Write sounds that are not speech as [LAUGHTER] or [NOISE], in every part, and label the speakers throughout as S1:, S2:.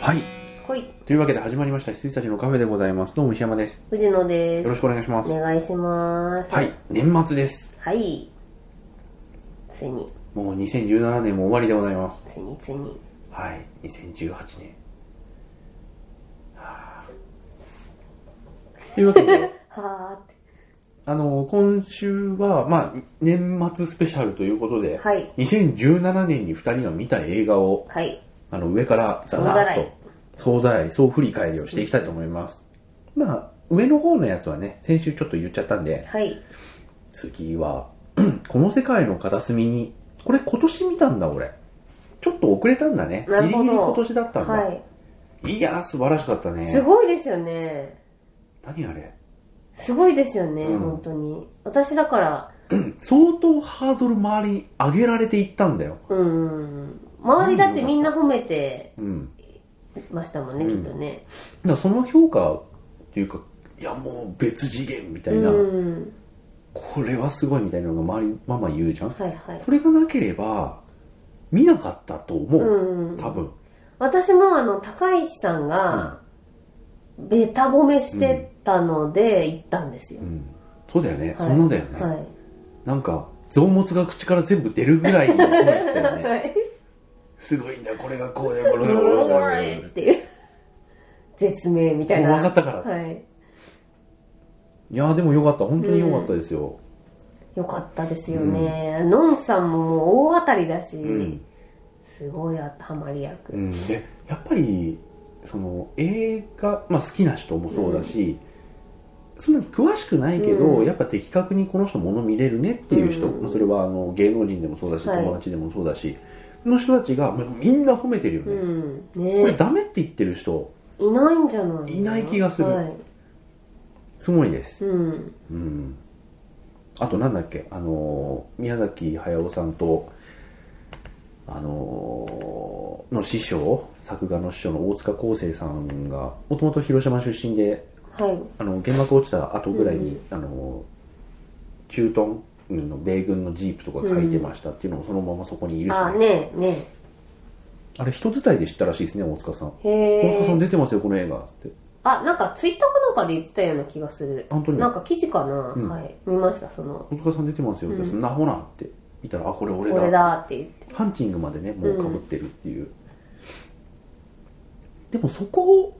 S1: はい。
S2: というわけで始まりました、羊たちのカフェでございます。どうも石山です。
S1: 藤野です。
S2: よろしくお願いします。
S1: お願いします。
S2: はい、年末です。
S1: はい。ついに、
S2: もう2017年も終わりでございます。
S1: ついに、ついに。
S2: はい、2018年。はぁというわけで、
S1: はーって。
S2: あの、今週は、まあ、年末スペシャルということで、
S1: はい
S2: 2017年に2人が見た映画を、
S1: はい。
S2: あの、上からザザーッと、総ざらい、総振り返りをしていきたいと思います。まあ、上の方のやつはね、先週ちょっと言っちゃったんで、
S1: はい。
S2: 次は、 [CLEARS THROAT] この世界の片隅に、これ今年見たんだ、俺。ちょっと遅れたんだね。ギ
S1: なる
S2: リ
S1: ほ
S2: ギ
S1: ど
S2: リ今年だったんだ。、
S1: はい
S2: やー、素晴らしかった
S1: い。す
S2: ね。
S1: ごいですよね。
S2: 何あれ
S1: すごいですよね、
S2: うん
S1: 本当に。私だから、
S2: 相当ハードル周りに上げられていったんだよ。
S1: うん。周りだってみんな褒めて
S2: うん。
S1: ましたもんね、きっとね。
S2: だからその評価っていうか、いやもう別次元みた
S1: う
S2: いな、
S1: ん。
S2: これはすごいみたいなのが周り、ママ言うじゃん。
S1: はいはい。
S2: それがなければ、見なかったと思
S1: う
S2: う。
S1: ん。
S2: 多分。
S1: 私もあの、高石さんが、べた褒めしてたので、行ったんですよ
S2: う。ん。そうだよね。
S1: い
S2: そんなだよね。
S1: はい。
S2: なんか、臓物が口から全部出るぐらいの声してたよね。
S1: い。
S2: すごいんだよ、これがこうだよ、これがこれがこれ
S1: っ
S2: が。
S1: ていう絶命みたいな
S2: もう分かったから
S1: はい
S2: いやーでもよかった、本当によかったですよ。
S1: よかったですよね、のんさんももう大当たりだし、
S2: ん
S1: すごいハマり役、
S2: うん。で、やっぱり、その、映画、まあ好きな人もそうだし、そんなに詳しくないけど、
S1: うん
S2: やっぱ的確にこの人もの見れるねっていう人、
S1: うん
S2: まあそれはあの芸能人でもそうだし、
S1: はい
S2: 友達でもそうだし、の人たちがもうみんな褒めてるよ
S1: う
S2: ね。
S1: ん
S2: これ
S1: ね
S2: ダメって言ってる人、
S1: いないんじゃない
S2: いない気がする
S1: はい、
S2: すごいです。
S1: うん
S2: うん、あとなんだっけあのー宮崎駿さんとあのーの師匠作画の師匠の大塚康生さんがもともと広島出身で
S1: はい
S2: あの原爆落ちた後ぐらいに、あのー駐屯軍の米軍のジープとか書いてましたっていうのもそのままそこにいるし、ね
S1: あねえね
S2: あれ人伝いで知ったらしいですね大塚さん
S1: え
S2: 大塚さん
S1: へえ
S2: 出てますよこの映画っつって
S1: あなんかツイッターかなんかで言ってたような気がする
S2: 本当に
S1: なんか記事かな、
S2: ん
S1: はい見ましたその
S2: 大塚さん出てますよって、そんなほらって見たらあこれ
S1: 「こ
S2: 俺だ
S1: れだ」って言って
S2: ハンチングまでねもうかぶってるっていう、でもそこ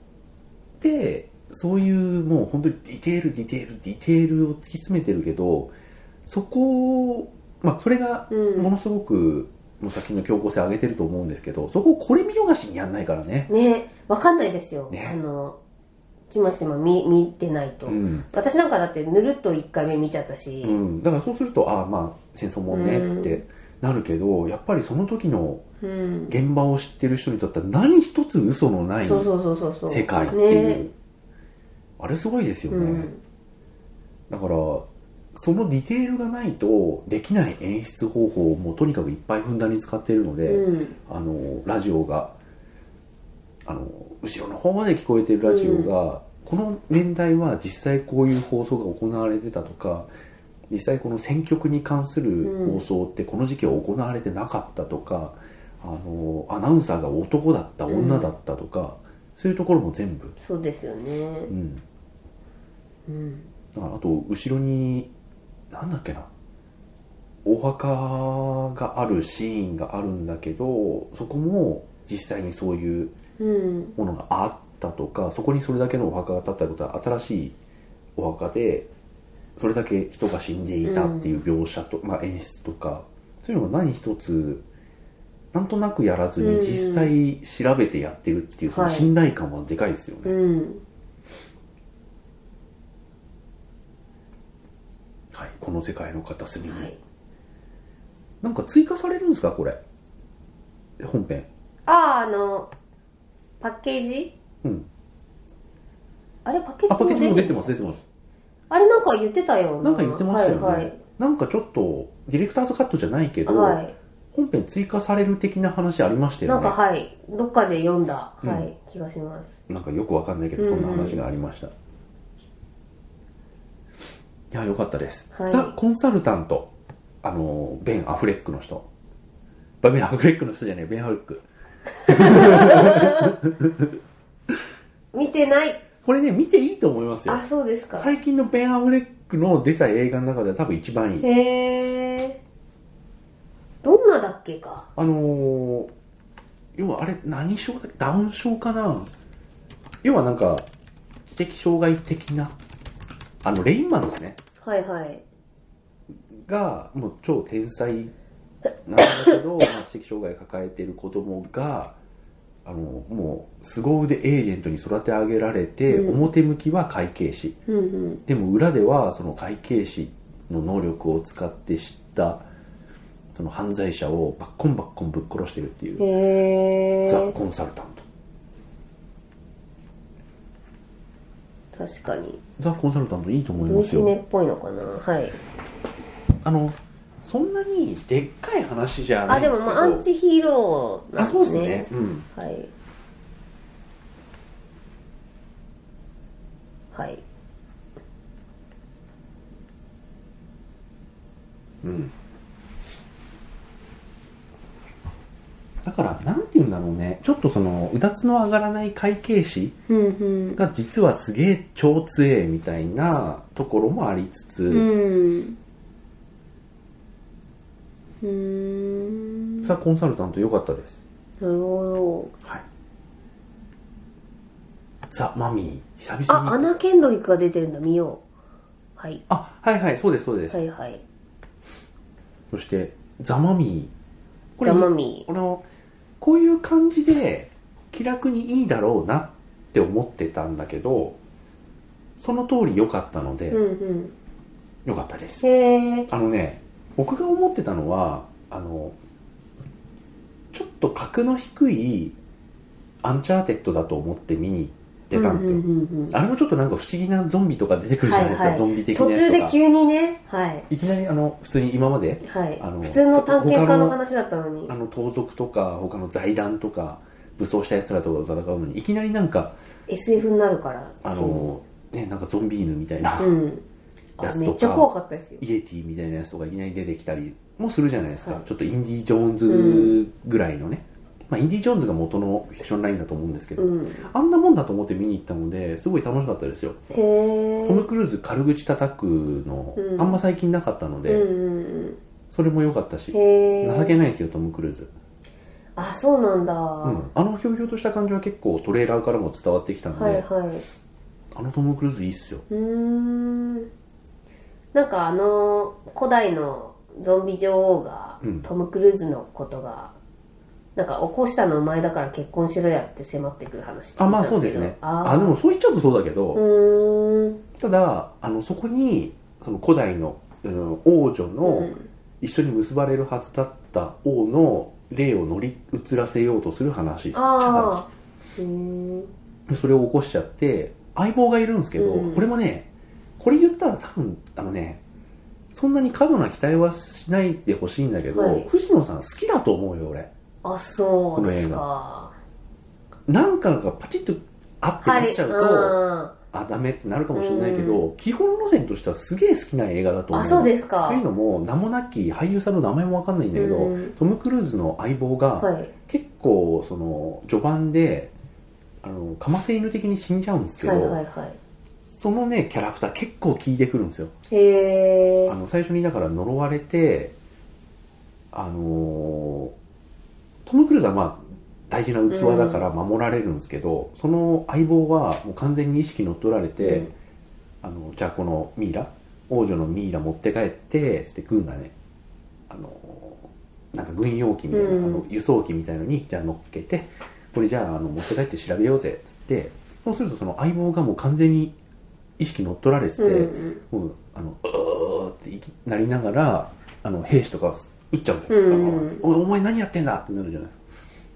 S2: でそういうもう本当にディテールディテールディテールを突き詰めてるけどそこをまあそれが
S1: うん
S2: ものすごく、もう作品の強硬性上げてると思うんですけどそこをこれ見よがしにやんないからね
S1: ねわかんないですよ、
S2: ね
S1: あのちまちま見見てないと、
S2: うん、
S1: 私なんかだってぬるっと1回目見ちゃったし、
S2: うん、だからそうするとああまあ戦争もねってなるけどやっぱりその時の
S1: うん
S2: 現場を知ってる人にとっては何一つ嘘のない
S1: そうそうそうそうそう
S2: 世界っていう、
S1: ね
S2: あれすごいですよ
S1: う
S2: ね、
S1: ん、
S2: だからそのディテールがないとできない演出方法をもうとにかくいっぱいふんだんに使っているので、
S1: うん、
S2: あのラジオがあの後ろの方まで聞こえてるラジオが、この年代は実際こういう放送が行われてたとか実際この選曲に関する放送ってこの時期は行われてなかったとか、あのアナウンサーが男だった女だったとか、そういうところも全部、
S1: そうですよね
S2: うん、
S1: うん
S2: だからあと後ろになんだっけなお墓があるシーンがあるんだけどそこも実際にそういう
S1: うん
S2: ものがあったとかそこにそれだけのお墓が建ったことは新しいお墓でそれだけ人が死んでいたっていう描写と、まあ、演出とかそういうのが何一つなんとなくやらず
S1: うん
S2: に実際調べてやってるっていうその
S1: はい
S2: 信頼感はでかいですよね。
S1: うん
S2: はい、この世界の片隅に、
S1: はい
S2: なんか追加されるんですかこれ本編
S1: あああのパッケージ
S2: うん
S1: あれパッケージ
S2: あパッケージも出て
S1: ま
S2: ます出てます
S1: あれなんか言ってたよ
S2: なんか言ってましたよね、
S1: はい
S2: なんかちょっとディレクターズカットじゃないけ
S1: はい、
S2: ど、
S1: はい
S2: 本編追加される的な話ありました
S1: な
S2: よ
S1: ん
S2: ね
S1: かはいどっかで読んだ、
S2: うん
S1: はい気がします
S2: なんかよくわかんないけどそんな話がありました、いやよかったです、
S1: はい
S2: ザ・コンサルタントあのベン・アフレックの人ベン・アフレックの人じゃないベン・アフレック
S1: 見てない。
S2: これね、見ていいと思いますよ
S1: あ、。そうですか。
S2: 最近のベン・アフレックの出た映画の中では多分一番いい。
S1: へえ。どんなだっけか。
S2: あのー、要はあれ、何症だっけダウン症かな要はなんか、知的障害的な、あの、レインマンですね。
S1: はいはい。
S2: が、もう超天才なんだけ
S1: [LAUGHS]
S2: ど、まあ知的障害抱えてる子供が、あの、もう、凄腕エージェントに育て上げられて、
S1: うん
S2: 表向きは会計士。
S1: うんうん。
S2: でも裏ではその会計士の能力を使って知ったその犯罪者をバッコンバッコンぶっ殺してるっていう
S1: へ
S2: ザ・
S1: え。
S2: コンサルタント
S1: 確かに。
S2: ザ・コンサルタントいいと思いま
S1: 分
S2: す
S1: 子
S2: よ、
S1: 根っぽいのかな。はい。
S2: あのそんなにでっかい話じゃな
S1: あ、
S2: いんで
S1: です
S2: け
S1: も
S2: ど
S1: まあ、アンチヒーローなん
S2: あそうですね。うん
S1: はい。はい。
S2: だからなんて言うんだろうねちょっとそのうだつの上がらない会計士
S1: うんうん。
S2: が実はすげえ超強えみたいなところもありつつ、
S1: うん。うーん。な
S2: ザ・コンサルタント良かったです
S1: るほ
S2: はいザ・マミー久
S1: ど。
S2: 々に
S1: あ、アナ・ケンドリックが出てるんだ、見よう。はい。
S2: あ、はいはい、そうです、そうです。
S1: はいはい。
S2: そして、ザマミー。こ
S1: ザマミー
S2: この、こういう感じで、気楽にいいだろうなって思ってたんだけど、その通り良かったので、
S1: うんうん。
S2: 良かったです。
S1: へえ。
S2: あのね、僕が思ってたのは、あの、ちょっと格の低い、アンチャーテッドだと思って見に行ってたんですよ。
S1: うんうんうんうん
S2: あれもちょっとなんか不思議なゾンビとか出てくるじゃないですか、
S1: はいはい
S2: ゾンビ的な
S1: 途
S2: や
S1: 中
S2: つと
S1: で
S2: か。
S1: 急にね、はい。
S2: いきなりあの、普通に今まで
S1: はい
S2: あの。
S1: 普通の探検家
S2: 他
S1: の
S2: の
S1: 話だったのに
S2: あ。の盗賊とか他の財団とか武装した奴らとかと戦うのにいきなりなんか
S1: SF になるから。
S2: あの、ねなんかゾンビ犬みたいな、
S1: うん。
S2: や
S1: あ、
S2: つとか
S1: めっちゃ怖かったですよ。
S2: イエティみたいなやつとかいきなり出てきたりもするじゃないですか、
S1: はい
S2: ちょっとインディ・ジョーン
S1: う
S2: ズぐらいのね、まあ、インディ・ジョーンズが元のフィクションラインだと思うんですけど、
S1: うん。
S2: あんなもんだと思って見に行ったのですごい楽しかったですよ
S1: へえ。
S2: トム・クルーズ軽口叩くの、
S1: うん
S2: あんま最近なかったので、
S1: うんうん
S2: それも良かったし
S1: うん。へえ。
S2: 情けないですよトム・クルーズ、
S1: あ、そうなんだ。
S2: うん、あのひょうひょうとした感じは結構トレーラーからも伝わってきたので、
S1: はいはい。
S2: あのトム・クルーズいいっすよ。
S1: うーんなんかあの古代のゾンビ女王が
S2: うん
S1: トム・クルーズのことが、なんか起こしたのお前だから結婚しろやって迫ってくる話
S2: あ、まあそうですね。
S1: あ
S2: あ
S1: あ
S2: でもそう言っちゃうとそうだけど、
S1: うーん
S2: ただ、あの、そこに、その古代の、うん王女
S1: う
S2: の
S1: ん
S2: 一緒に結ばれるはずだった王の霊を乗り移らせようとする話です。
S1: ああうーん
S2: それを起こしちゃって、相棒がいるんですけど、
S1: うん
S2: これもね、これ言ったら多分、あのね、そんなに過度な期待はしないでほしいんだけど、
S1: はい
S2: 藤野さん好きだと思うよ、俺。
S1: あそうですか
S2: なんかがパチッとあって
S1: は
S2: なっ
S1: い
S2: ちゃうと、
S1: あ
S2: あダメってなるかもしれないけど、基本路線としてはすげえ好きな映画だと
S1: ー
S2: 思う
S1: あそうですか
S2: というのも名もなき俳優さんの名前もわかんないんだけど、
S1: うん
S2: トム・クルーズの相棒が
S1: はい
S2: 結構その序盤であのかませ犬的に死んじゃうんですけど、
S1: はいはいは
S2: そのねキャラクター結構効いてくるんですよ
S1: いへえ
S2: あの最初にだから呪われてあのートム・クルーズはまあ大事な器だから守られるんですけど、その相棒はもう完全に意識乗っ取られて、
S1: うん
S2: あのじゃあこのミイラ王女のミイラ持って帰ってつって軍がねあのなんか軍用機みたいな、
S1: うん
S2: あの輸送機みたいのにじゃあ乗っけてこれじゃああの持って帰って調べようぜっつってそうするとその相棒がもう完全に意識乗っ取られてて、
S1: うん
S2: もうあのうーっていきなりながらあの兵士とかを撃っちゃうんですよ、
S1: うん
S2: だからおいお前何やってんだってなるじゃないですか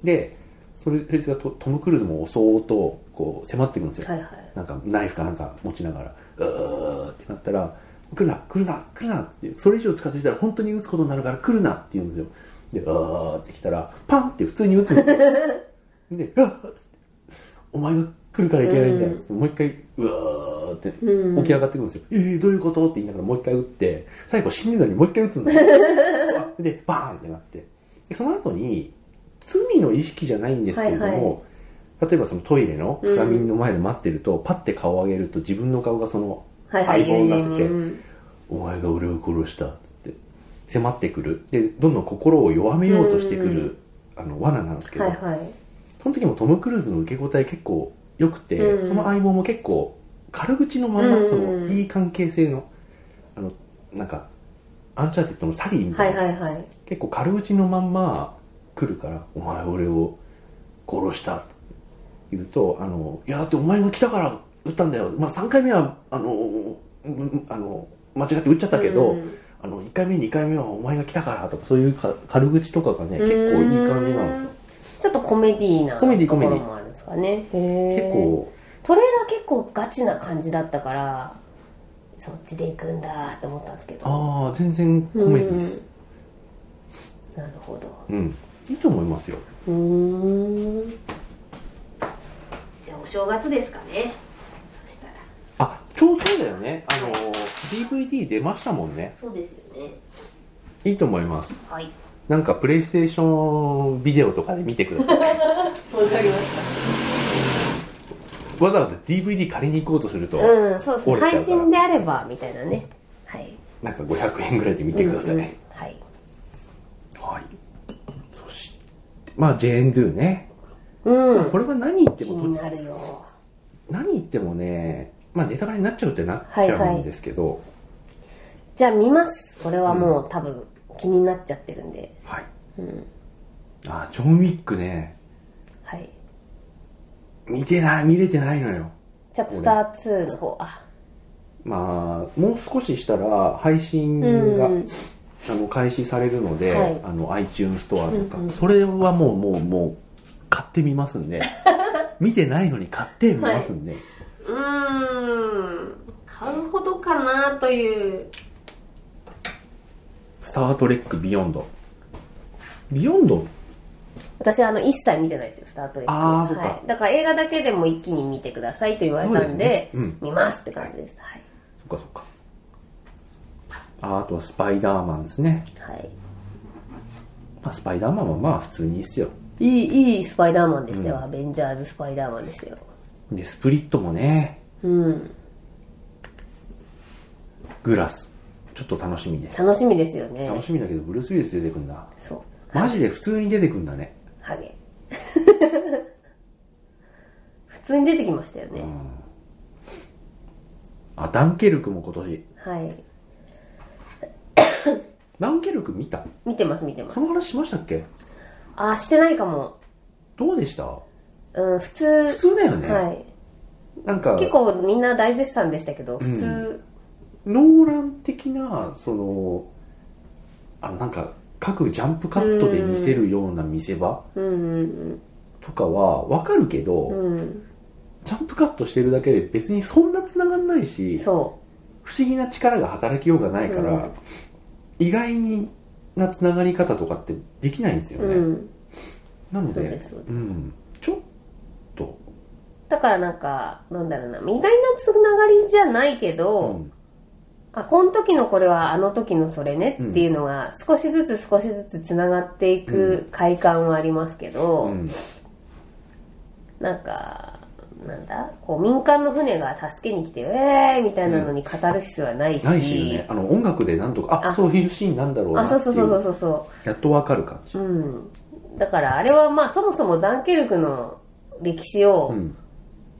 S2: でそれそいつがトトム・クルーズも襲おうとこう迫ってくるんですよ、
S1: はいはい
S2: なんかナイフかなんか持ちながらうーってなったら来るな来るな来るなってそれ以上近づいたら本当に撃つことになるから来るなって言うんですよでうーって来たらパンって普通に撃つんですよ [LAUGHS] でうわーっつってお前が来るからいけないんだよっつってもう一回うわーって
S1: うん
S2: 起き上がってくるんですよ、えー、どういうことって言いながらもう一回撃って最後死んでるのにもう一回撃つんだよでバーンってなってでその後に罪の意識じゃないんですけれども、
S1: はいは
S2: 例えばそのトイレのフラミンの前で待ってると、パッて顔を上げると自分の顔がその
S1: はいはい、友
S2: にな
S1: 人
S2: っ
S1: に。
S2: てて、
S1: うん
S2: お前が俺を殺したって迫ってくるでどんどん心を弱めようとしてくる、あの罠なんですけど、
S1: はいはい。
S2: その時もトム・クルーズの受け答え結構良くて、
S1: うん
S2: その相棒も結構軽口のまま、
S1: うん
S2: そのいい関係性のあのなんかアンチャーテッドのサリーみた
S1: はいい
S2: な、
S1: はいはい。
S2: 結構軽口のまんま来るから「お前俺を殺した」って言うと「あのいやだってお前が来たから撃ったんだよ」まあ3回目はあのうんあの間違って撃っちゃったけど、
S1: うん
S2: あの1回目2回目はお前が来たからとかそういうか軽口とかがね結構いい感じなんですよ
S1: ちょっとコメディーな
S2: コメディ
S1: と
S2: コ
S1: こ
S2: メディ
S1: ろもあるんですかね。へー
S2: 結構
S1: トレーラー結構ガチな感じだったから、そっちで行くんだって思ったんですけど。
S2: ああ全然コメディです
S1: なるほど。
S2: うん、いいと思いますよ
S1: うーん。じゃあお正月ですかね。そしたら。
S2: あちょうどそうだよねあの DVD 出ましたもんね
S1: そうですよね。
S2: いいと思います
S1: はい。
S2: なんかプレイステーションビデオとかで見てください
S1: わかりまし
S2: わざわざ DVD 借りに行こうとすると、
S1: うん、そうですね。
S2: 折れちゃうか
S1: 配
S2: ら
S1: 信であれば、みたいなね。はい。
S2: なんか500円ぐらいで見てください、
S1: うんうんはい。
S2: はいそしてまあジェーン・ドゥね、
S1: うん。
S2: これは何言って
S1: 気
S2: も
S1: になるよ。
S2: 何言ってもねまあネタバレになっちゃうってなっちゃうんですけど
S1: じゃあ見ます。これはもう多分気になっちゃってるんで。
S2: はい、あジョン・ウィックね
S1: はい。
S2: 見てない見れてないのよ
S1: チャプター2の方。あ、
S2: まあもう少ししたら配信が、
S1: うん
S2: あの開始されるので、
S1: はい
S2: あの iTunes ストアとか、それはもうもうもう買ってみます
S1: [LAUGHS]
S2: んで見てないのに買ってみますんで、
S1: うーん。買うほどかなという。
S2: スター・トレック・ビヨンド」ビヨンド
S1: 私あの一切見てないですよ、スタートレック。
S2: あーそっか
S1: はい。だから映画だけでも一気に見てくださいと言われた
S2: そ
S1: ん
S2: うですね
S1: で、
S2: うん
S1: 見ますって感じです。はい。
S2: そっかそっかああとは「スパイダーマン」ですね、
S1: はい。
S2: まあ、スパイダーマンはまあ普通にいいっすよ
S1: いい、いいスパイダーマンでしたよ。アベンジャーズスパイダーマンでしたよ。
S2: でスプリットもね
S1: うん。
S2: グラスちょっと楽しみです
S1: 楽しみですよね
S2: 楽。しみだけどブルース・ウィルス出てくんだ
S1: そう。
S2: マジで普通に出てくんだね
S1: ハゲ。 [LAUGHS] 普通に出てきましたよね。
S2: あダンケルクも今年
S1: はい。
S2: ダンケルク見た
S1: 見てます見てます
S2: そ。の話しましたっけ
S1: あ、してないかも。
S2: どうでした
S1: うん、普通。
S2: 普通だよね、
S1: はい。
S2: なんか
S1: 結構みんな大絶賛でしたけど、普通。
S2: ノーラン的なそのあのなんか各ジャンプカットで見せるような見せ場
S1: うん。
S2: とかはわかるけど、
S1: うん。
S2: ジャンプカットしてるだけで別にそんな繋がんないし
S1: そ
S2: 不思議な力が働きようがないから、
S1: うん
S2: 意外にな繋がり方とかってできないんですよ
S1: う。
S2: ね、
S1: うん。
S2: なの
S1: そう
S2: で
S1: ですそうです
S2: ん、ちょっと、
S1: だからなんか、なんだろうな、意外なつながりじゃないけど、
S2: うん
S1: あ、この時のこれはあの時のそれねっていうのが、少しずつ少しずつつながっていく快感はありますけど、
S2: うん
S1: なんか、なんだこう民間の船が助けに来て、えーみたいなのにカタルシスはないし。
S2: ないしよねあの音楽でなんとかあ
S1: あ
S2: そういうシーンなんだろうな
S1: あ、
S2: ってい
S1: そううそうそうそうそ
S2: やっとわかる感じ
S1: う。うん。だからあれはまあそもそもダンケルクの歴史を
S2: ん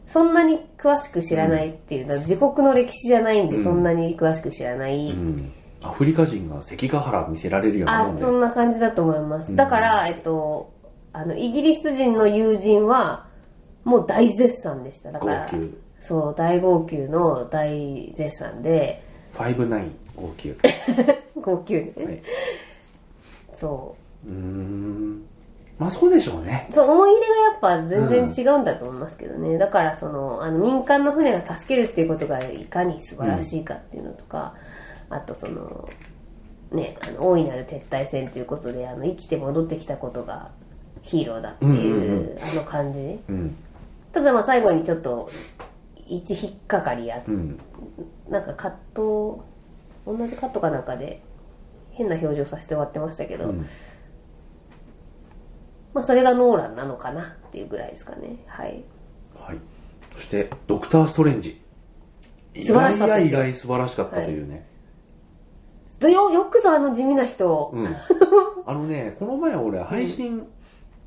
S1: そんなに詳しく知らないっていう、だから自国の歴史じゃないんでそんなに詳しく知らない。
S2: うんアフリカ人が関ヶ原見せられるような
S1: あ
S2: もん、で
S1: そんな感じだと思います。だから、えっと、あの、イギリス人の友人は、もう大絶賛でした。だから
S2: 号泣、
S1: そう、大号泣の大絶賛で、
S2: 59号泣は
S1: 号泣ね。
S2: いう
S1: そ
S2: ーんまあそうでしょうね
S1: う。そう、思い入れがやっぱ全然違うんだと思いますけどね。だから、その、あの、民間の船が助けるっていうことがいかに素晴らしいかっていうのとか、あとその、ね、あの、大いなる撤退戦ということで、あの、生きて戻ってきたことがヒーローだっていう、あの感じ。
S2: うん
S1: ただまあ最後にちょっと、一引っかかりや、
S2: うん
S1: なんかカット、同じカットかなんかで、変な表情させて終わってましたけど、
S2: ん
S1: まあ、それがノーランなのかなっていうぐらいですかねはい
S2: はい、そして「ドクター・ストレンジ」意
S1: 素晴らし
S2: 外
S1: かった
S2: や
S1: です
S2: 意
S1: よ
S2: 外素晴らしかったというね、
S1: よよくぞあの地味な人を、 [LAUGHS]
S2: うん、あのねこの前俺配信、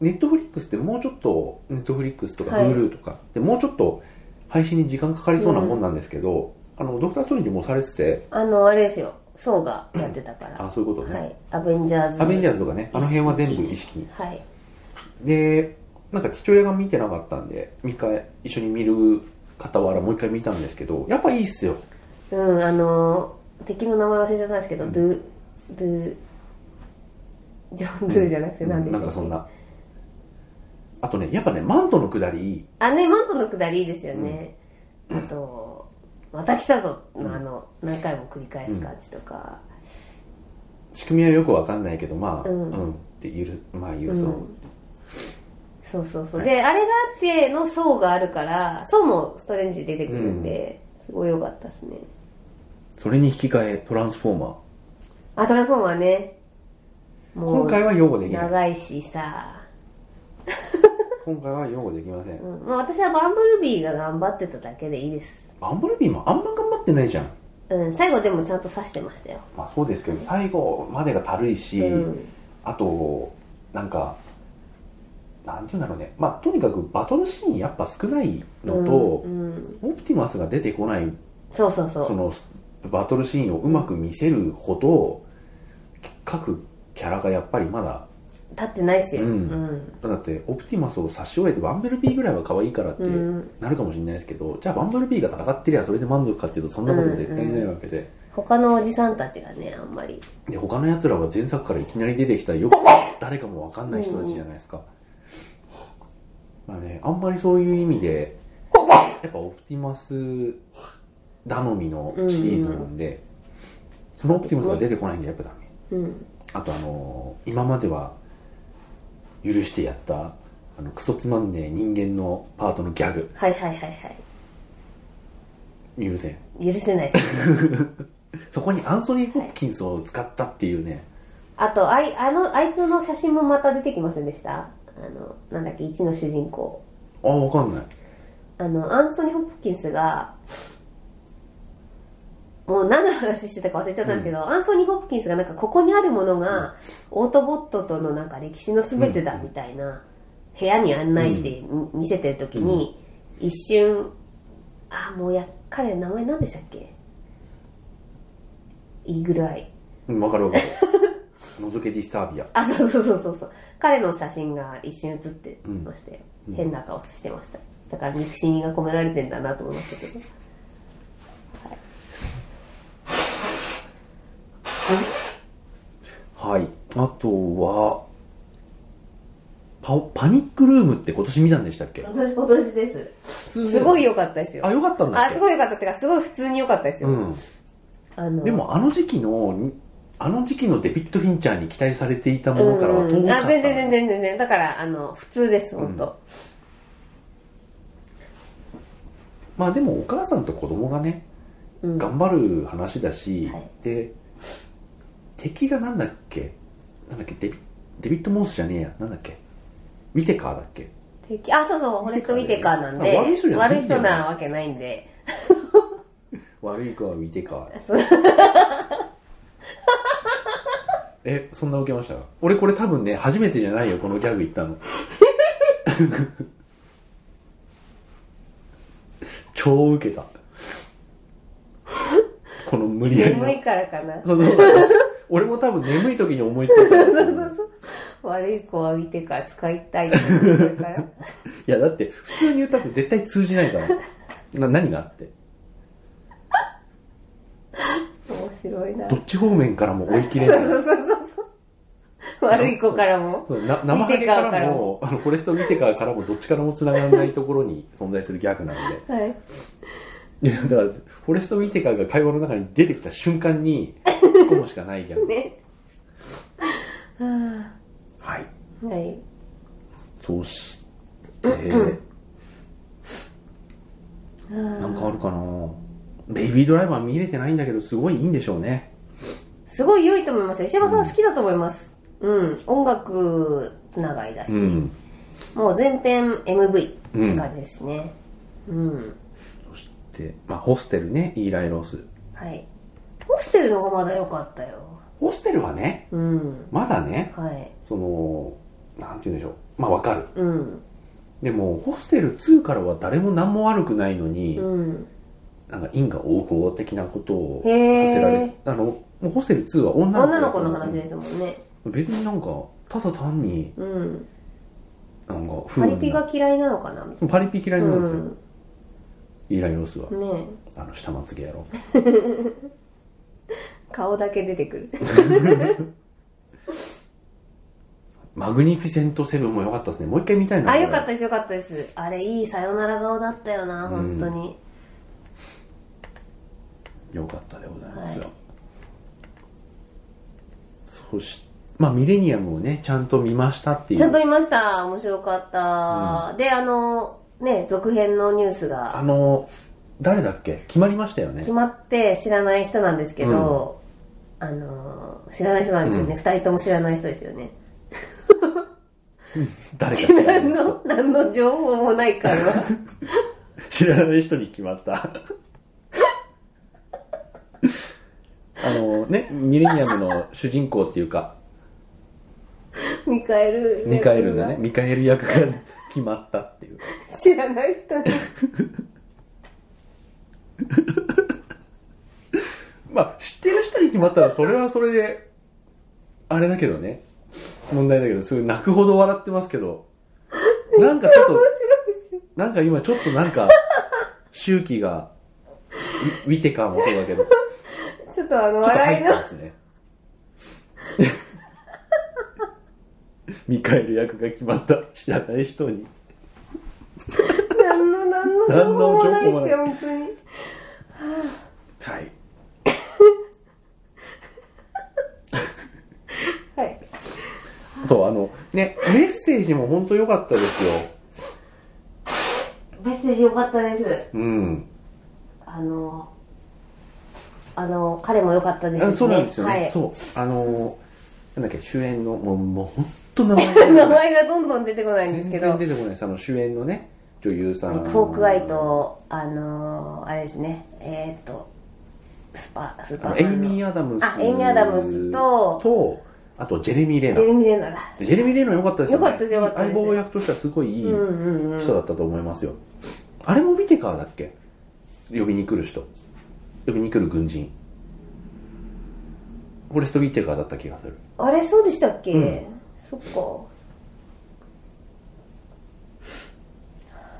S2: ネットフリックスってもうちょっとネットフリックスとか
S1: はい
S2: Hulu とか、でもうちょっと配信に時間かかりそうなもんなんですけど、あのドクター・ストレンジもうされてて
S1: あのあれですよソーがやってたから、
S2: あそういうことね、
S1: はいアベンジャーズ
S2: アベンジャーズとかねあの辺は全部意識に
S1: はい
S2: でなんか父親が見てなかったんで見返一緒に見る傍らもう一回見たんですけどやっぱいいっすよ
S1: うんあのー敵の名前忘れちゃったんですけど、ドゥドゥジョン・ドゥじゃなくて何でした
S2: な
S1: っ
S2: ん
S1: け
S2: かそんなあとねやっぱねマントのくだり
S1: あねマントのくだりいいですよね、あと「また来たぞ」のあの何回も繰り返す感じとか、
S2: 仕組みはよくわかんないけどまあう、
S1: うんん
S2: って許すまあ許そう、
S1: うんそうそうそう、であれがあっての層があるから層もストレンジ出てくるんで、すごい良かったですね
S2: それに引き換えトランスフォーマー
S1: あトランスフォーマーねも
S2: 今
S1: う
S2: 回は擁護できない
S1: 長いしさ、
S2: 今回は擁護できません、
S1: うんまあ、私はバンブルビーが頑張ってただけでいいです
S2: バンブルビーもあんま頑張ってないじゃん
S1: うん、最後でもちゃんと刺してましたよ。
S2: まあそうですけど最後までがたるいし、
S1: うん
S2: あとなんかなんていうんだろうねまあとにかくバトルシーンやっぱ少ないのと、
S1: うんうん
S2: オプティマスが出てこない
S1: そうそうそう。
S2: そのバトルシーンをうまく見せるほど各キャラがやっぱりまだ
S1: 立ってないっすよ。
S2: う
S1: うんん。
S2: だってオプティマスを差し終えてバンブルビーぐらいは可愛いからって
S1: うん
S2: なるかもしれないですけど、じゃあバンブルビーが戦ってりゃそれで満足かっていうとそんなこと絶対ないわけで、
S1: 他のおじさんたちがね、あんまり。
S2: で他のやつらは前作からいきなり出てきたよく誰かもわかんない人たちじゃないですか、まあねあんまりそういう意味でやっぱオプティマス頼みのシリーズなんで、そのオプティマスが出てこないんでやっぱダメ
S1: うん。
S2: あとあのー今までは許してやったあのクソつまんねえ人間のパートのギャグ
S1: はいはいはい
S2: 許せん
S1: はい。許せないっすね。
S2: そこにアンソニー・ホプキンスを使ったっていうね、
S1: あと、あい、あの、あいつの写真もまた出てきませんでしたあの、なんだっけ、一の主人公。
S2: ああわかんない
S1: あの、アンソニー・ホプキンスが、もう何の話してたか忘れちゃったんですけど、アンソニー・ホプキンスがなんかここにあるものが、オートボットとのなんか歴史の全てだみたいな、部屋に案内してみ見せてる時に、一瞬、あ、もうや、彼名前何でしたっけイーグルアイ。
S2: うんわかるわかるのぞけディスタービア
S1: あ、そうそうそうそうそう。彼の写真が一瞬写ってましたよ。変な顔してました。だから憎しみが込められてんだなと思いましたけど。
S2: はいあとはパパニックルームって今年見たんでしたっけ
S1: 私今年です。
S2: 通
S1: すごい良かったですよ。
S2: あよかったんだっ
S1: あ、
S2: け
S1: すごい良かったってか、すごい普通に良かったですよ。
S2: うん
S1: あの
S2: でもあの時期のあの時期のデビッド・フィンチャーに期待されていたものからは遠かった、
S1: うんあ、全然全然全然。だから、あの、普通です、本当、
S2: まあでもお母さんと子供がね、
S1: うん
S2: 頑張る話だし、
S1: はい
S2: で敵がなんだっけなんだっけデビデビッド・モースじゃねえやなんだっけミテカーだっけ
S1: 敵あ、そうそう、フォレスト・
S2: 見
S1: 見
S2: て
S1: て
S2: か
S1: からな
S2: ね
S1: んで、
S2: あ悪い人じゃないんだよね
S1: 悪い人なわけないんで、
S2: 悪い子はミテカー
S1: そう
S2: [LAUGHS] えそんな受けました俺これ多分ね初めてじゃないよこのギャグ言ったの [LAUGHS] 超受けたこの無理やりの
S1: 眠いからかな。
S2: そうそうそう俺も多分眠い時に思いついたんだと思う
S1: 悪い子は見てから使いたいって言って
S2: [LAUGHS]
S1: るから。
S2: いやだって普通に歌って絶対通じないからな何があって
S1: 面白いな。
S2: どっち方面からも追い切れ
S1: そ
S2: な
S1: うそう
S2: い
S1: そうそう。悪い子からも。
S2: そうな生ハゲ
S1: 見てか
S2: からら
S1: も
S2: もあのフォレスト・ミテカーからもどっちからも繋がらないところに存在するギャグなので
S1: はい。
S2: いやだからフォレスト・ミテカーが会話の中に出てきた瞬間に突っ込むしかないギャグ、
S1: ね。は
S2: [LAUGHS] はい
S1: あはい。
S2: そしてなんかあるかなベイビードライバー見れてないんだけどすごいいいんでしょうね
S1: すごい良いと思いますよ石山さん好きだと思いますうん、音楽つながりだし、
S2: うん
S1: もう全編 MV って感じですね。うん。
S2: そして、まあ、ホステルねイーライ・ロース
S1: はい。ホステルの方がまだ良かったよ。
S2: ホステルはね
S1: うん。
S2: まだね
S1: はい。
S2: そのなんて言うんでしょうまあわかる
S1: うん。
S2: でもホステル2からは誰も何も悪くないのに、
S1: うん。
S2: なんか因果応報的なことをさ
S1: へー
S2: せられてあのもうホステル2は女の子
S1: 女の子の話ですもんね。
S2: 別になんかただ単に
S1: うん。
S2: なんか不
S1: パリ
S2: 運
S1: ピ
S2: な
S1: が嫌いなのかなみたい
S2: パリピ嫌い
S1: な。
S2: なんです
S1: う
S2: よ、
S1: ん。
S2: イーライ・ロースは
S1: ね
S2: あの下まつげやろ
S1: え顔だけ出てくる。
S2: マグニフィセントセブンも良かったですねもう一回見たいな
S1: あ、良かったです、良かったです。あれ、いいさよなら顔だったよな、本当に。
S2: 良かったでございますよ、
S1: はい
S2: そしてまあミレニアムをねちゃんと見ましたっていう
S1: ちゃんと見ました。面白かった。で、あの、ね、続編のニュース
S2: あ
S1: が
S2: の誰だっけ決まりましたよね
S1: 決まって知らない人なんですけど、あの、知らない人なんですよね。二、人とも知らない人ですよね。
S2: 誰か知らない
S1: 何 [LAUGHS]
S2: 人
S1: の、何の情報もないから。
S2: [LAUGHS] 知らない人に決まったあのねミレニアムの主人公っていうか
S1: ミカエル。
S2: ミカエルがね。ミカエル役が決まったっていう
S1: 知らない人に。
S2: まあ知ってる人に決まったらそれはそれであれだけどね問題だけどすごい泣くほど笑ってますけどなんかちょっとなんか今ちょっとなんか周期がウィウィテカーもそうだけどちょ
S1: ちょっとあの、
S2: っと入っ
S1: 笑い
S2: て [LAUGHS]
S1: の。
S2: ますねミカエル役が決まった知らない人に
S1: 何の、何の情報もないですよ、本当に。
S2: はい
S1: はい。
S2: あとあのねメッセージも本当良かったですよ
S1: メッセージ良かったです。
S2: うん
S1: あの、あの、彼も良かったですし
S2: あ
S1: ね。
S2: そうなんですよね、
S1: はい。
S2: そうあのーなんだっけ主演のもうもう本当名前が出て
S1: [LAUGHS] 名
S2: こない
S1: 前がどんどん出てこないんですけ
S2: 全
S1: ど
S2: 然、出てこないその主演のね女優さ
S1: フ
S2: ん
S1: ォークアイと、あのー、あれですね、えーっと、スパ、ス
S2: あ
S1: パ
S2: のエイミー・アダムス
S1: あエイミーアダムスと
S2: とあとジェレミー・レナ
S1: ジェレミー・レナだ。
S2: ジェレミー・レナ良かったですよね
S1: 良かったです良かったです
S2: 相棒役としてはすごいいい
S1: うんうんうん。
S2: 人だったと思いますよ、あれも見てからだっけ呼びに来る人呼びに来る軍人フォレスト・ビーテカーだった気がする
S1: あれ、そうでしたっけ、
S2: うん
S1: そっか。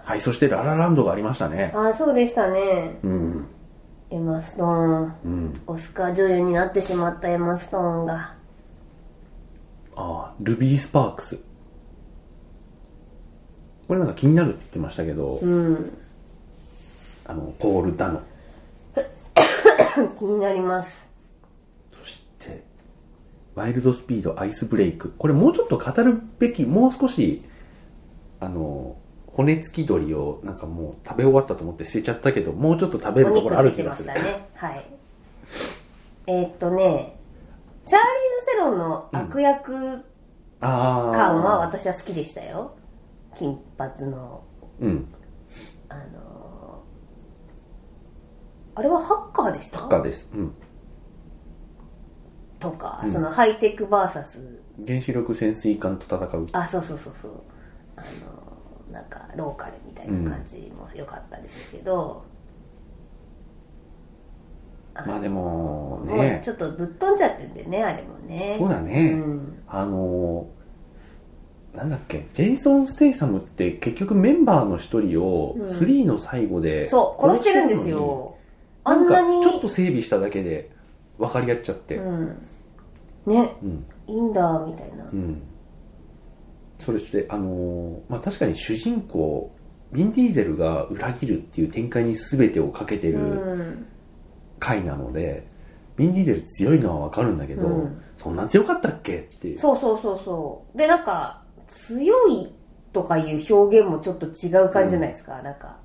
S2: はいそしてララランドがありましたね
S1: あ、そうでしたね。
S2: うん
S1: エマ・ストーン。
S2: うん
S1: オスカー女優になってしまったエマ・ストーンが。 [LAUGHS]
S2: ああ、ルビー・スパークス。これなんか気になるって言ってましたけど、
S1: うん。
S2: あの、コール・ダノ。
S1: 気になります。
S2: そして、ワイルド・スピード・アイス・ブレイク。これもうちょっと語るべき、もう少し、あの、骨付き鳥をなんかもう食べ終わったと思って捨てちゃったけど、もうちょっと食べ
S1: お
S2: るとこ
S1: 肉
S2: ろあ
S1: つ
S2: る
S1: いて
S2: 気が
S1: ますし
S2: る
S1: た。ね。はい。えーっとね、シャーリーズ・セロンの悪役
S2: ああ。
S1: 感は私は好きでしたよ。金髪の、
S2: うん。
S1: あのーあれはハッカーでした
S2: ハッカーです。うん。
S1: とか、そのハイテクバーサス、
S2: 原子力潜水艦と戦う。
S1: あ、そうそうそうそう。あのーなんかローカルみたいな感じも良かったですけど、
S2: まあでも、
S1: もう
S2: ね。
S1: ちょっとぶっ飛んじゃってんでね、あれもね。
S2: そうだね。
S1: うん
S2: あのーなんだっけジェイソン・ステイサムって結局メンバーの一人を
S1: うん
S2: 3の最後で
S1: そう、殺してるんです
S2: 殺してるのに
S1: よ。あんなに。
S2: んかちょっと整備しただけで分かり合っちゃって
S1: うん。ね、
S2: うん
S1: いいんだ、みたいな
S2: う。んそれしてあのーまあ確かに主人公ヴィン・ディーゼルが裏切るっていう展開に全てをかけて
S1: う
S2: る
S1: ん。
S2: 回なので、ヴィン・ディーゼル強いのは分かるんだけど、
S1: うん
S2: そんな強かったっけっていう
S1: そうそうそうそう。で、なんか、強いとかいう表現もちょっと違う感じじゃないですか。なんか、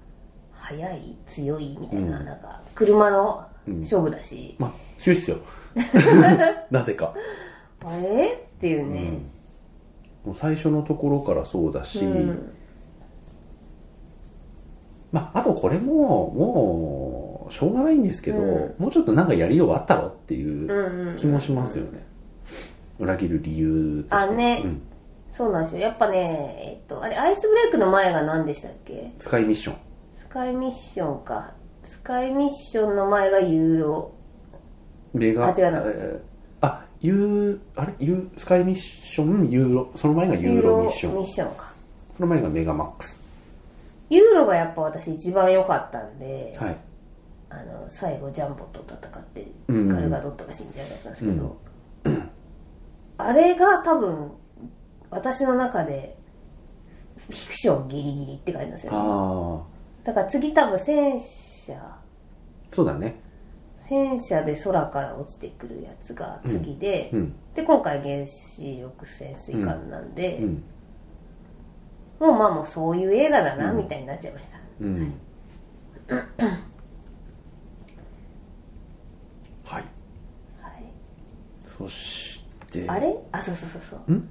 S1: 速い、強い、みたいな。
S2: うん
S1: なんか、車の
S2: うん
S1: 勝負だし、
S2: まあ強
S1: [LAUGHS]
S2: いっすよなぜか
S1: あれっていうね。
S2: うんもう最初のところからそうだし、
S1: うん
S2: まあ、あとこれももうしょうがないんですけど、
S1: う
S2: もうちょっとなんかやりようあったろっていううん
S1: うん
S2: 気もしますよね、裏切る理由として
S1: あね
S2: うん、
S1: そうなんですよやっぱねえっとあれアイスブレイクの前が何でしたっけ
S2: スカイミッション
S1: スカイミッションかスカイミッションの前がユーロ
S2: ベガ
S1: あ違うな
S2: えーあユーあれユースカイミッションユーロその前がユーロミッション
S1: ユーロミッションか
S2: その前がメガマックス
S1: ユーロがやっぱ私一番良かったんで、
S2: はい
S1: あの最後ジャンボと戦って
S2: うん
S1: ガルガドットが死んじゃうやつなんですけど、あれが多分私の中でフィクションギリギリって感じなんですよね
S2: ああ
S1: だから次多分戦車
S2: そうだね
S1: 戦車で空から落ちてくるやつが次で、
S2: うん
S1: で今回原子力潜水艦なんで、
S2: うん
S1: もうまあもうそういう映画だなみたいになっちゃいました、
S2: うん [COUGHS] はい
S1: はい
S2: そして
S1: あれあそうそうそうそうん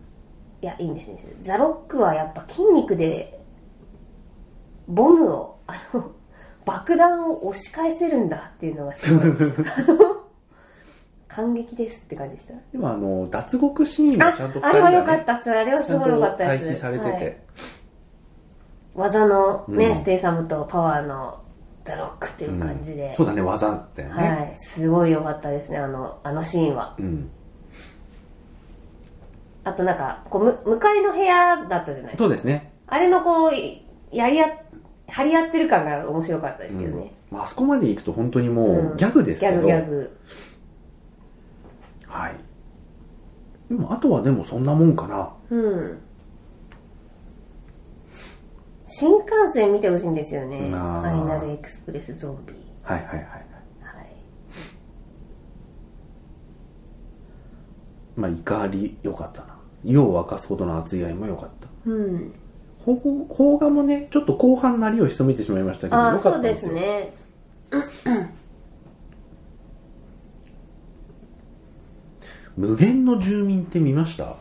S1: いやいいんですいいんですザロックはやっぱ筋肉でボムをあの [LAUGHS] 爆弾を押し返せるんだっていうのがすごい
S2: [LAUGHS]
S1: 感激ですって感じでした
S2: でもあの脱獄シーン
S1: あ
S2: はちゃんと2人
S1: あ
S2: が、ね、
S1: れは良かったっすあれは
S2: ち
S1: す
S2: ゃん
S1: ごい良か
S2: と
S1: った
S2: 対
S1: です
S2: 比されてて、
S1: はい技のね、
S2: うん
S1: ステイサムとパワーのザロックっていう感じで、
S2: うんそうだね技だったよね、
S1: はいすごい良かったですねあのあのシーンは
S2: うん、
S1: あとなんかこうむ向かいの部屋だったじゃない
S2: そうですね
S1: あれのこう、いやりあ、張り合ってる感が面白かったですけどね。
S2: まああそこまで行くと本当にも
S1: う
S2: うんギャグです
S1: ギ
S2: け
S1: ャ
S2: ど、
S1: グギャグ。
S2: はいでもあとはでもそんなもんかな
S1: うん。新幹線見てほしいんですよね。フ
S2: なあ
S1: ァイナルエクスプレスゾンビ。
S2: はいはいはい
S1: はい。
S2: まあ怒り良かったな夜を明かすほどの熱い愛も良かった
S1: うん。
S2: 邦邦画もねちょっと後半なりを潜めてしまいましたけど
S1: ああ、
S2: 良かっ
S1: そ
S2: た
S1: うんで
S2: です
S1: す
S2: よ
S1: ね。
S2: 無限の住民って見ました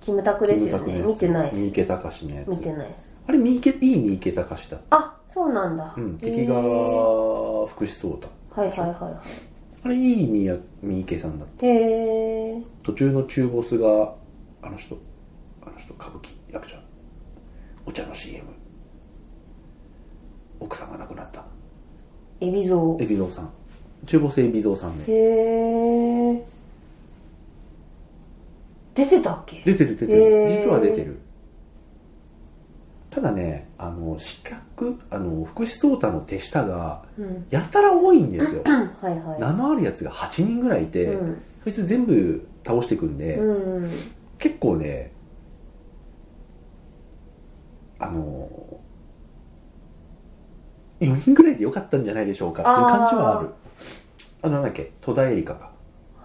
S1: キムタクですよ
S2: キムタクの
S1: ね。
S2: やつ
S1: 見てないで
S2: 三
S1: す。
S2: 池隆のやつ
S1: 見てないです。
S2: あれ三池いい三池隆だ、
S1: あ、そうなんだ。
S2: うん、
S1: へ
S2: 敵
S1: え
S2: が
S1: は
S2: 福士蒼汰
S1: いはいはいは
S2: あれいい三や三池さんだ
S1: い。へえ。
S2: 途中の中ボスがあの人あの人歌舞伎役者お茶の CM 奥さんが亡くなった
S1: エビゾ
S2: 海老蔵さん中ボス海老蔵さんで
S1: へえ。出てたっけ
S2: 出てる出てる
S1: へー
S2: 実は出てるただねあの資格あの福士蒼汰の手下が
S1: うん。
S2: やたら多いんですよ [CLEARS THROAT]
S1: はいはい。
S2: 名のあるやつが8人ぐらいいて、
S1: うん
S2: そいつ全部倒していくんで、
S1: うん
S2: 結構ねあの4人ぐらいでよかったんじゃないでしょうかっていう感じはあるあのなんだっけ戸田恵梨香が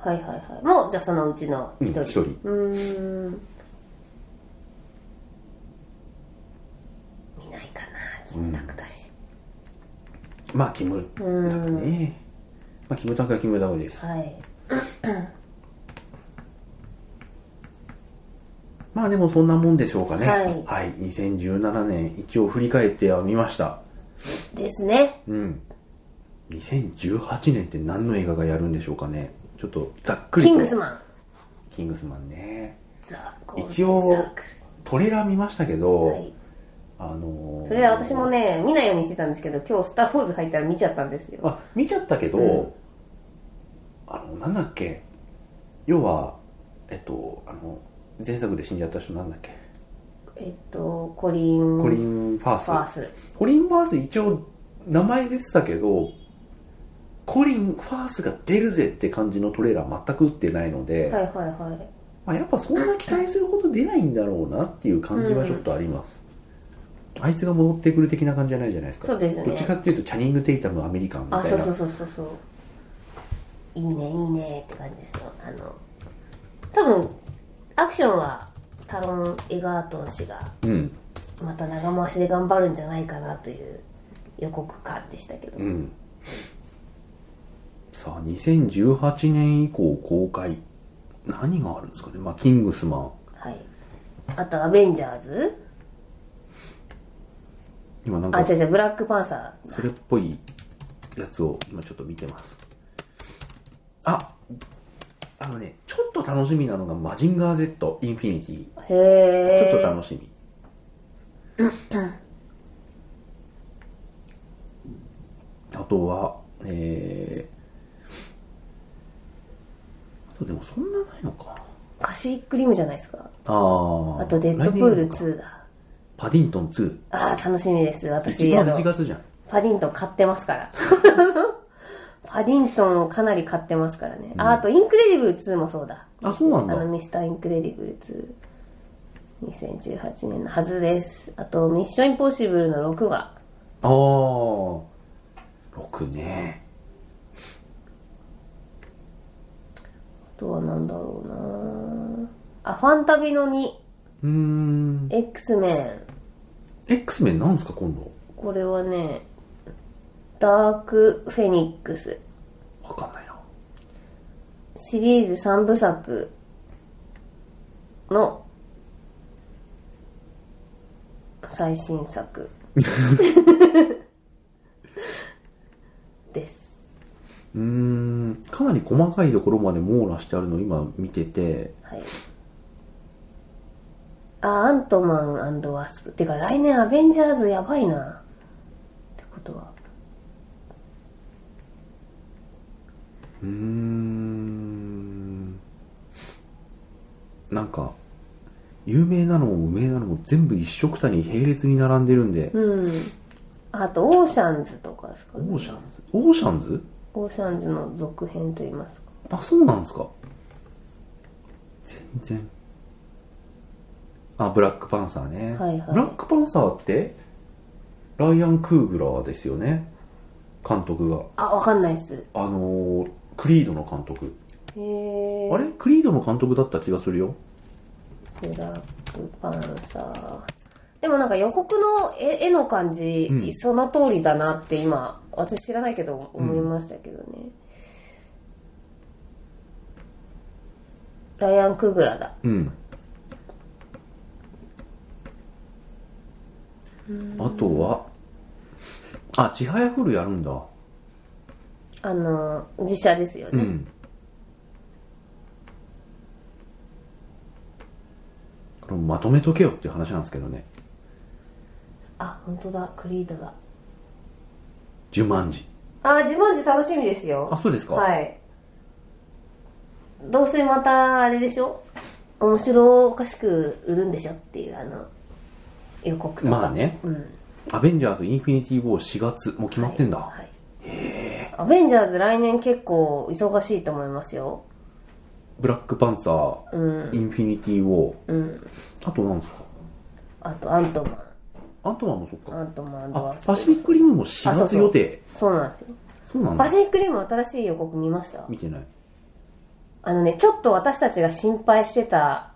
S1: はいはいはいもうじゃあそのうちの
S2: うん
S1: 一
S2: 一
S1: 人
S2: 人
S1: うんん見ないかなキムタクだし
S2: まあキムタ
S1: うん
S2: クね、まあ、キムタクはキムタクです
S1: はい
S2: まあでもそんなもんでしょうかね
S1: はい
S2: 2017年一応振り返ってはみました
S1: ですね
S2: うん2018年って何の映画がやるんでしょうかねちょっとざっくりと
S1: キングスマン
S2: キングスマンね
S1: ザ・ゴールデン
S2: 一応
S1: サーク
S2: トレーラー見ましたけど、
S1: ルはい
S2: あのー
S1: それで私もね見ないようにしてたんですけど今日「スター・ウォーズ」入ったら見ちゃったんですよ
S2: あ見ちゃったけど、
S1: うん
S2: あのなんだっけ要はえっとあの前作で死んじゃった人なんだっけ、
S1: えっとコリン・
S2: コリン・ファース
S1: ファース
S2: コリン・ファース一応名前出てたけどコリン・ファースが出るぜって感じのトレーラー全く打ってないので、
S1: はいはいはい
S2: まあ、やっぱそんな期待するほど出ないんだろうなっていう感じはちょっとあります、あいつが戻ってくる的な感じじゃないじゃないですか
S1: そうですね
S2: どっちかっていうとチャニング・テイタムアメリカンみたい
S1: あ
S2: な
S1: そうそうそうそうそういいねいいねって感じですよあの多分アクションはタロン・エガートン氏が
S2: うん
S1: また長回しで頑張るんじゃないかなという予告感でしたけど、
S2: うんさあ2018年以降公開何があるんですかねまあキングスマン
S1: はいあと、アベンジャーズ
S2: 今なん
S1: あ、
S2: か
S1: 違う違う、ブラックパンサー。
S2: それっぽいやつを今ちょっと見てますああのねちょっと楽しみなのがマジンガー Z インフィニティ
S1: へ
S2: ち
S1: え。
S2: ょっと楽しみ、あとはえー、あとでもそんなないのか
S1: カシフィックリムじゃないですか。
S2: ああ
S1: あと、デッドプール
S2: 2
S1: 2だ。
S2: パディントン2
S1: ああ、楽しみです。
S2: 一
S1: 私、あ
S2: 番1
S1: の、
S2: 月じゃん
S1: パディントン買ってます
S2: [LAUGHS]
S1: から。パディントンをかなり買ってますからね。あ、あと、インクレディブル2もそうだ。
S2: あそうなんだ
S1: あの、ミスターインクレディブル2。2018年のはずです。あと、ミッションインポッシブルの6が。
S2: ああ6ね
S1: あとはなんだろうなあ、ファンタビの2。
S2: うーん
S1: X メン。
S2: X メンなんですか今度
S1: これはね、ダークフェニックス。
S2: わかんないな
S1: シリーズ3部作の最新作です。
S2: うーんかなり細かいところまで網羅してあるのを今見てて
S1: はい。あ、アントマンワスプ。てか来年アベンジャーズやばいな。ってことは。
S2: うーんなんか有名なのも無名なのも全部一色たに並列に並んでるんで、
S1: うん。あと、オーシャンズとかですか
S2: オーシャンズオーシャンズ
S1: オーシャンズの続編といいますか。
S2: あそうなんですか全然あブラックパンサーね、
S1: はいはい
S2: ブラックパンサーってライアン・クーグラーですよね監督が
S1: あ、わかんないっす。へ
S2: あのークリードの監督
S1: ー
S2: あれクリードの監督だった気がするよ
S1: ブラックパンサー。でもなんか予告の絵絵の感じ、
S2: うん
S1: その通りだなって今、私知らないけど思いましたけどね。ライアン・クーグラだ。
S2: うんあとはあちはやふるやるんだ
S1: あの、自社ですよ
S2: う
S1: ね。
S2: んこれまとめとけよっていう話なんですけどね
S1: あ、本当だ、クリードだ。
S2: 十万字
S1: あ、ジマンジ楽しみですよ
S2: あそうですか、
S1: はい。どうせまた、あれでしょ面白おかしく売るんでしょっていう、あの、予告とか。
S2: まあね
S1: うん。
S2: アベンジャーズインフィニティ・ウォー4月もう決まってんだ、
S1: はい、アベンジャーズ来年結構忙しいと思いますよ
S2: ブラックパンサー、インフィニティ・ウォー、あとなんですか
S1: あとアントマ
S2: アントマンもそっか
S1: ンアントマン
S2: あ
S1: は、
S2: パシフィックリムも4
S1: あそう
S2: 月
S1: そう
S2: 予定。
S1: そうなんですよ
S2: そうなんだ
S1: パ。シフィックリム新しい予告見ました
S2: 見てない。
S1: あのねちょっと私たちが心配してた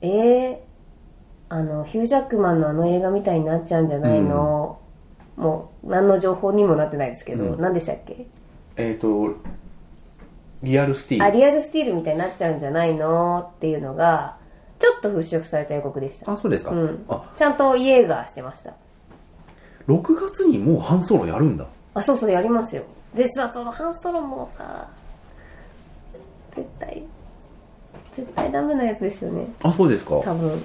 S1: えー、あのヒュージャックマンのあの映画みたいになっちゃうんじゃないの、もう何の情報にもなってないですけど、何でしたっけ
S2: えっ、と、リアルスティ
S1: あ
S2: ール。
S1: リアルスティールみたいになっちゃうんじゃないのっていうのがちょっと払拭された予告でした
S2: あ、そうですか。
S1: うん
S2: あ、
S1: ちゃんとイエーガーしてました
S2: 6月にもう半ソロやるんだ。
S1: あそうそうやりますよ実はその半ソロもさ絶対絶対ダメなやつですよね
S2: あ、そうですか。
S1: 多分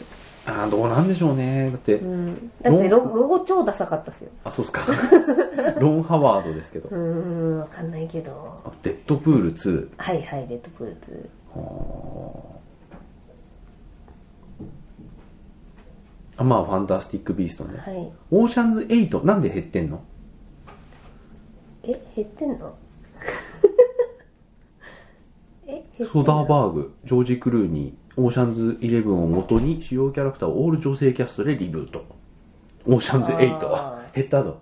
S2: あ、どうなんでしょうね。だって、
S1: うんだってロロゴ超ダサかったっすよ
S2: あ、そうっすか。 [LAUGHS] ロン・ハワードですけど。
S1: うーんわかんないけど
S2: あとデッドプール2。
S1: はいはいデッドプールズ
S2: あ、まあ、ファンタスティック・ビーストね。
S1: はい
S2: オーシャンズ8、なんで減ってんの
S1: え減ってんの [LAUGHS] え減っ
S2: ソダーバーグ、ジョージ・クルーニー、オーシャンズ11をもとに主要キャラクターをオール女性キャストでリブート。オーシャンズ
S1: あ
S2: 8。減ったぞ。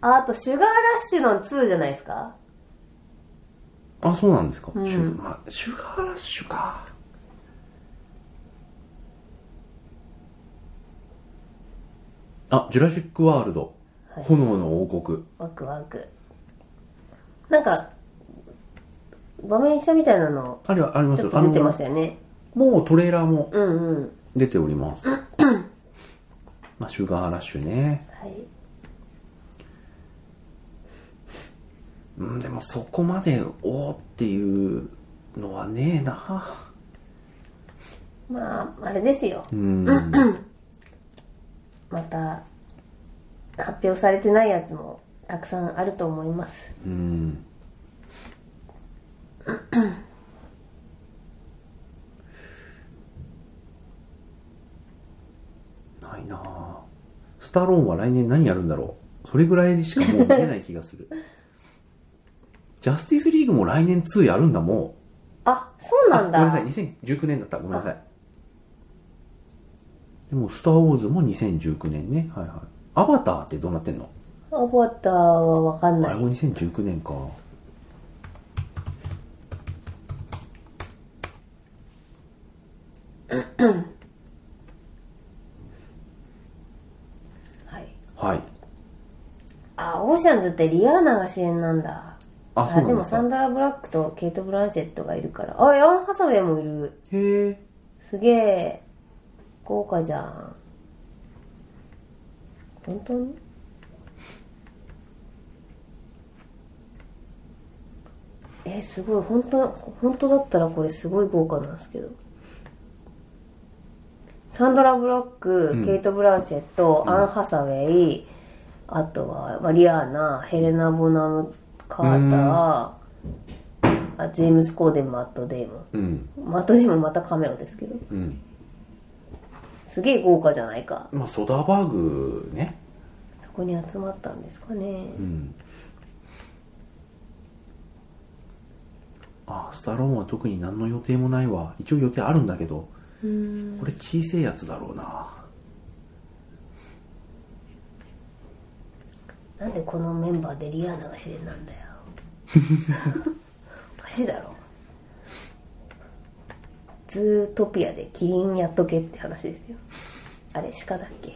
S1: ああとシュガーラッシュの2じゃないですか
S2: あ、そうなんですか。シュまあシュガーラッシュか。あ、ジュラシック・ワールド、
S1: はい
S2: 炎の王国。
S1: ワクワクなんか場面車みたいなの
S2: あれはあります
S1: ちょっ
S2: よ
S1: と出てましたよね
S2: あのもうトレーラーも
S1: うんうん
S2: 出ておりますまあシュガーラッシュね
S1: はい
S2: うんでもそこまでおーっていうのはねえな
S1: まああれですよ
S2: うん
S1: [CLEARS THROAT] また発表されてないやつもたくさんあると思います
S2: うんないなあスタローンは来年何やるんだろうそれぐらいしかもう見えない気がする [LAUGHS] ジャスティスリーグも来年2やるんだも
S1: あそう
S2: うあ
S1: なんだ
S2: ごめんなさい2019年だったごめんなさいでも「スター・ウォーズ」も2019年ねはいはいアバターってどうなってんの
S1: アバターはわかん
S2: あ
S1: な
S2: れ
S1: い
S2: も2019年か。
S1: はい
S2: はい。
S1: あオーシャンズってリアーナが主演なんだ
S2: あ、そう
S1: で
S2: なん
S1: も
S2: です
S1: サ
S2: か
S1: ン。ダラ・ブラックとケイト・ブランシェットがいるからあエアン・ハサウェイもいる
S2: へえ。
S1: すげえ豪華じゃん本当にえすごい本当本当だったらこれすごい豪華なんですけどサンドラ・ブロック、
S2: ん
S1: ケイト・ブランシェット、アン・ハサウェイあとは、まあ、リアーナヘレナ・ボナム・カーター
S2: う
S1: あジェームズ・コーデンマット・デイモン
S2: うん。
S1: またでもまたカメオですけど
S2: うん。
S1: すげえ豪華じゃないか
S2: まあ、ソダーバーグね。
S1: そこに集まったんですかね
S2: うん。あ、スタローンは特に何の予定もないわ。一応予定あるんだけど、
S1: うん
S2: これ小せえやつだろうな。
S1: なんでこのメンバーでリアーナが主演なん
S2: [LAUGHS]
S1: だよおかしいだろズートピアでキリンやっとけって話ですよあれ鹿だっけ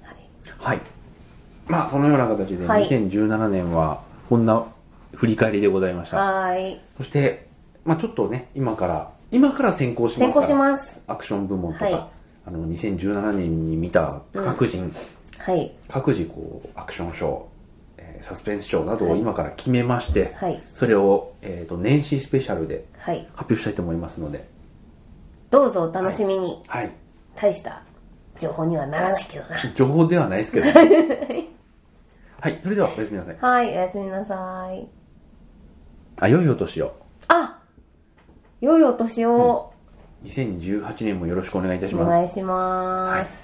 S1: はい
S2: はい。まあ、そのような形で、
S1: はい
S2: 2017年は、こんな振り返りでございました。
S1: はーい
S2: そして、まあ、ちょっとね、今から、今から先行します
S1: 先
S2: か
S1: 行
S2: ら。
S1: します
S2: アクション部門とか、
S1: はい
S2: あの2017年に見た各人、
S1: はい
S2: 各自こうアクション賞、えーサスペンス賞などを今から決めまして、
S1: はい
S2: それを、えー、と年始スペシャルで
S1: はい
S2: 発表したいと思いますので、
S1: どうぞお楽しみに、
S2: はい、
S1: 大した情報にはならないけどな
S2: 情報ではない
S1: [LAUGHS]
S2: ですけどはいそれではおやすみなさい
S1: はい、おやすみなさい。
S2: あ良いお年を
S1: あ良いお年を
S2: 2018年もよろしくお願いいたし
S1: お
S2: ます
S1: 願いします。
S2: はい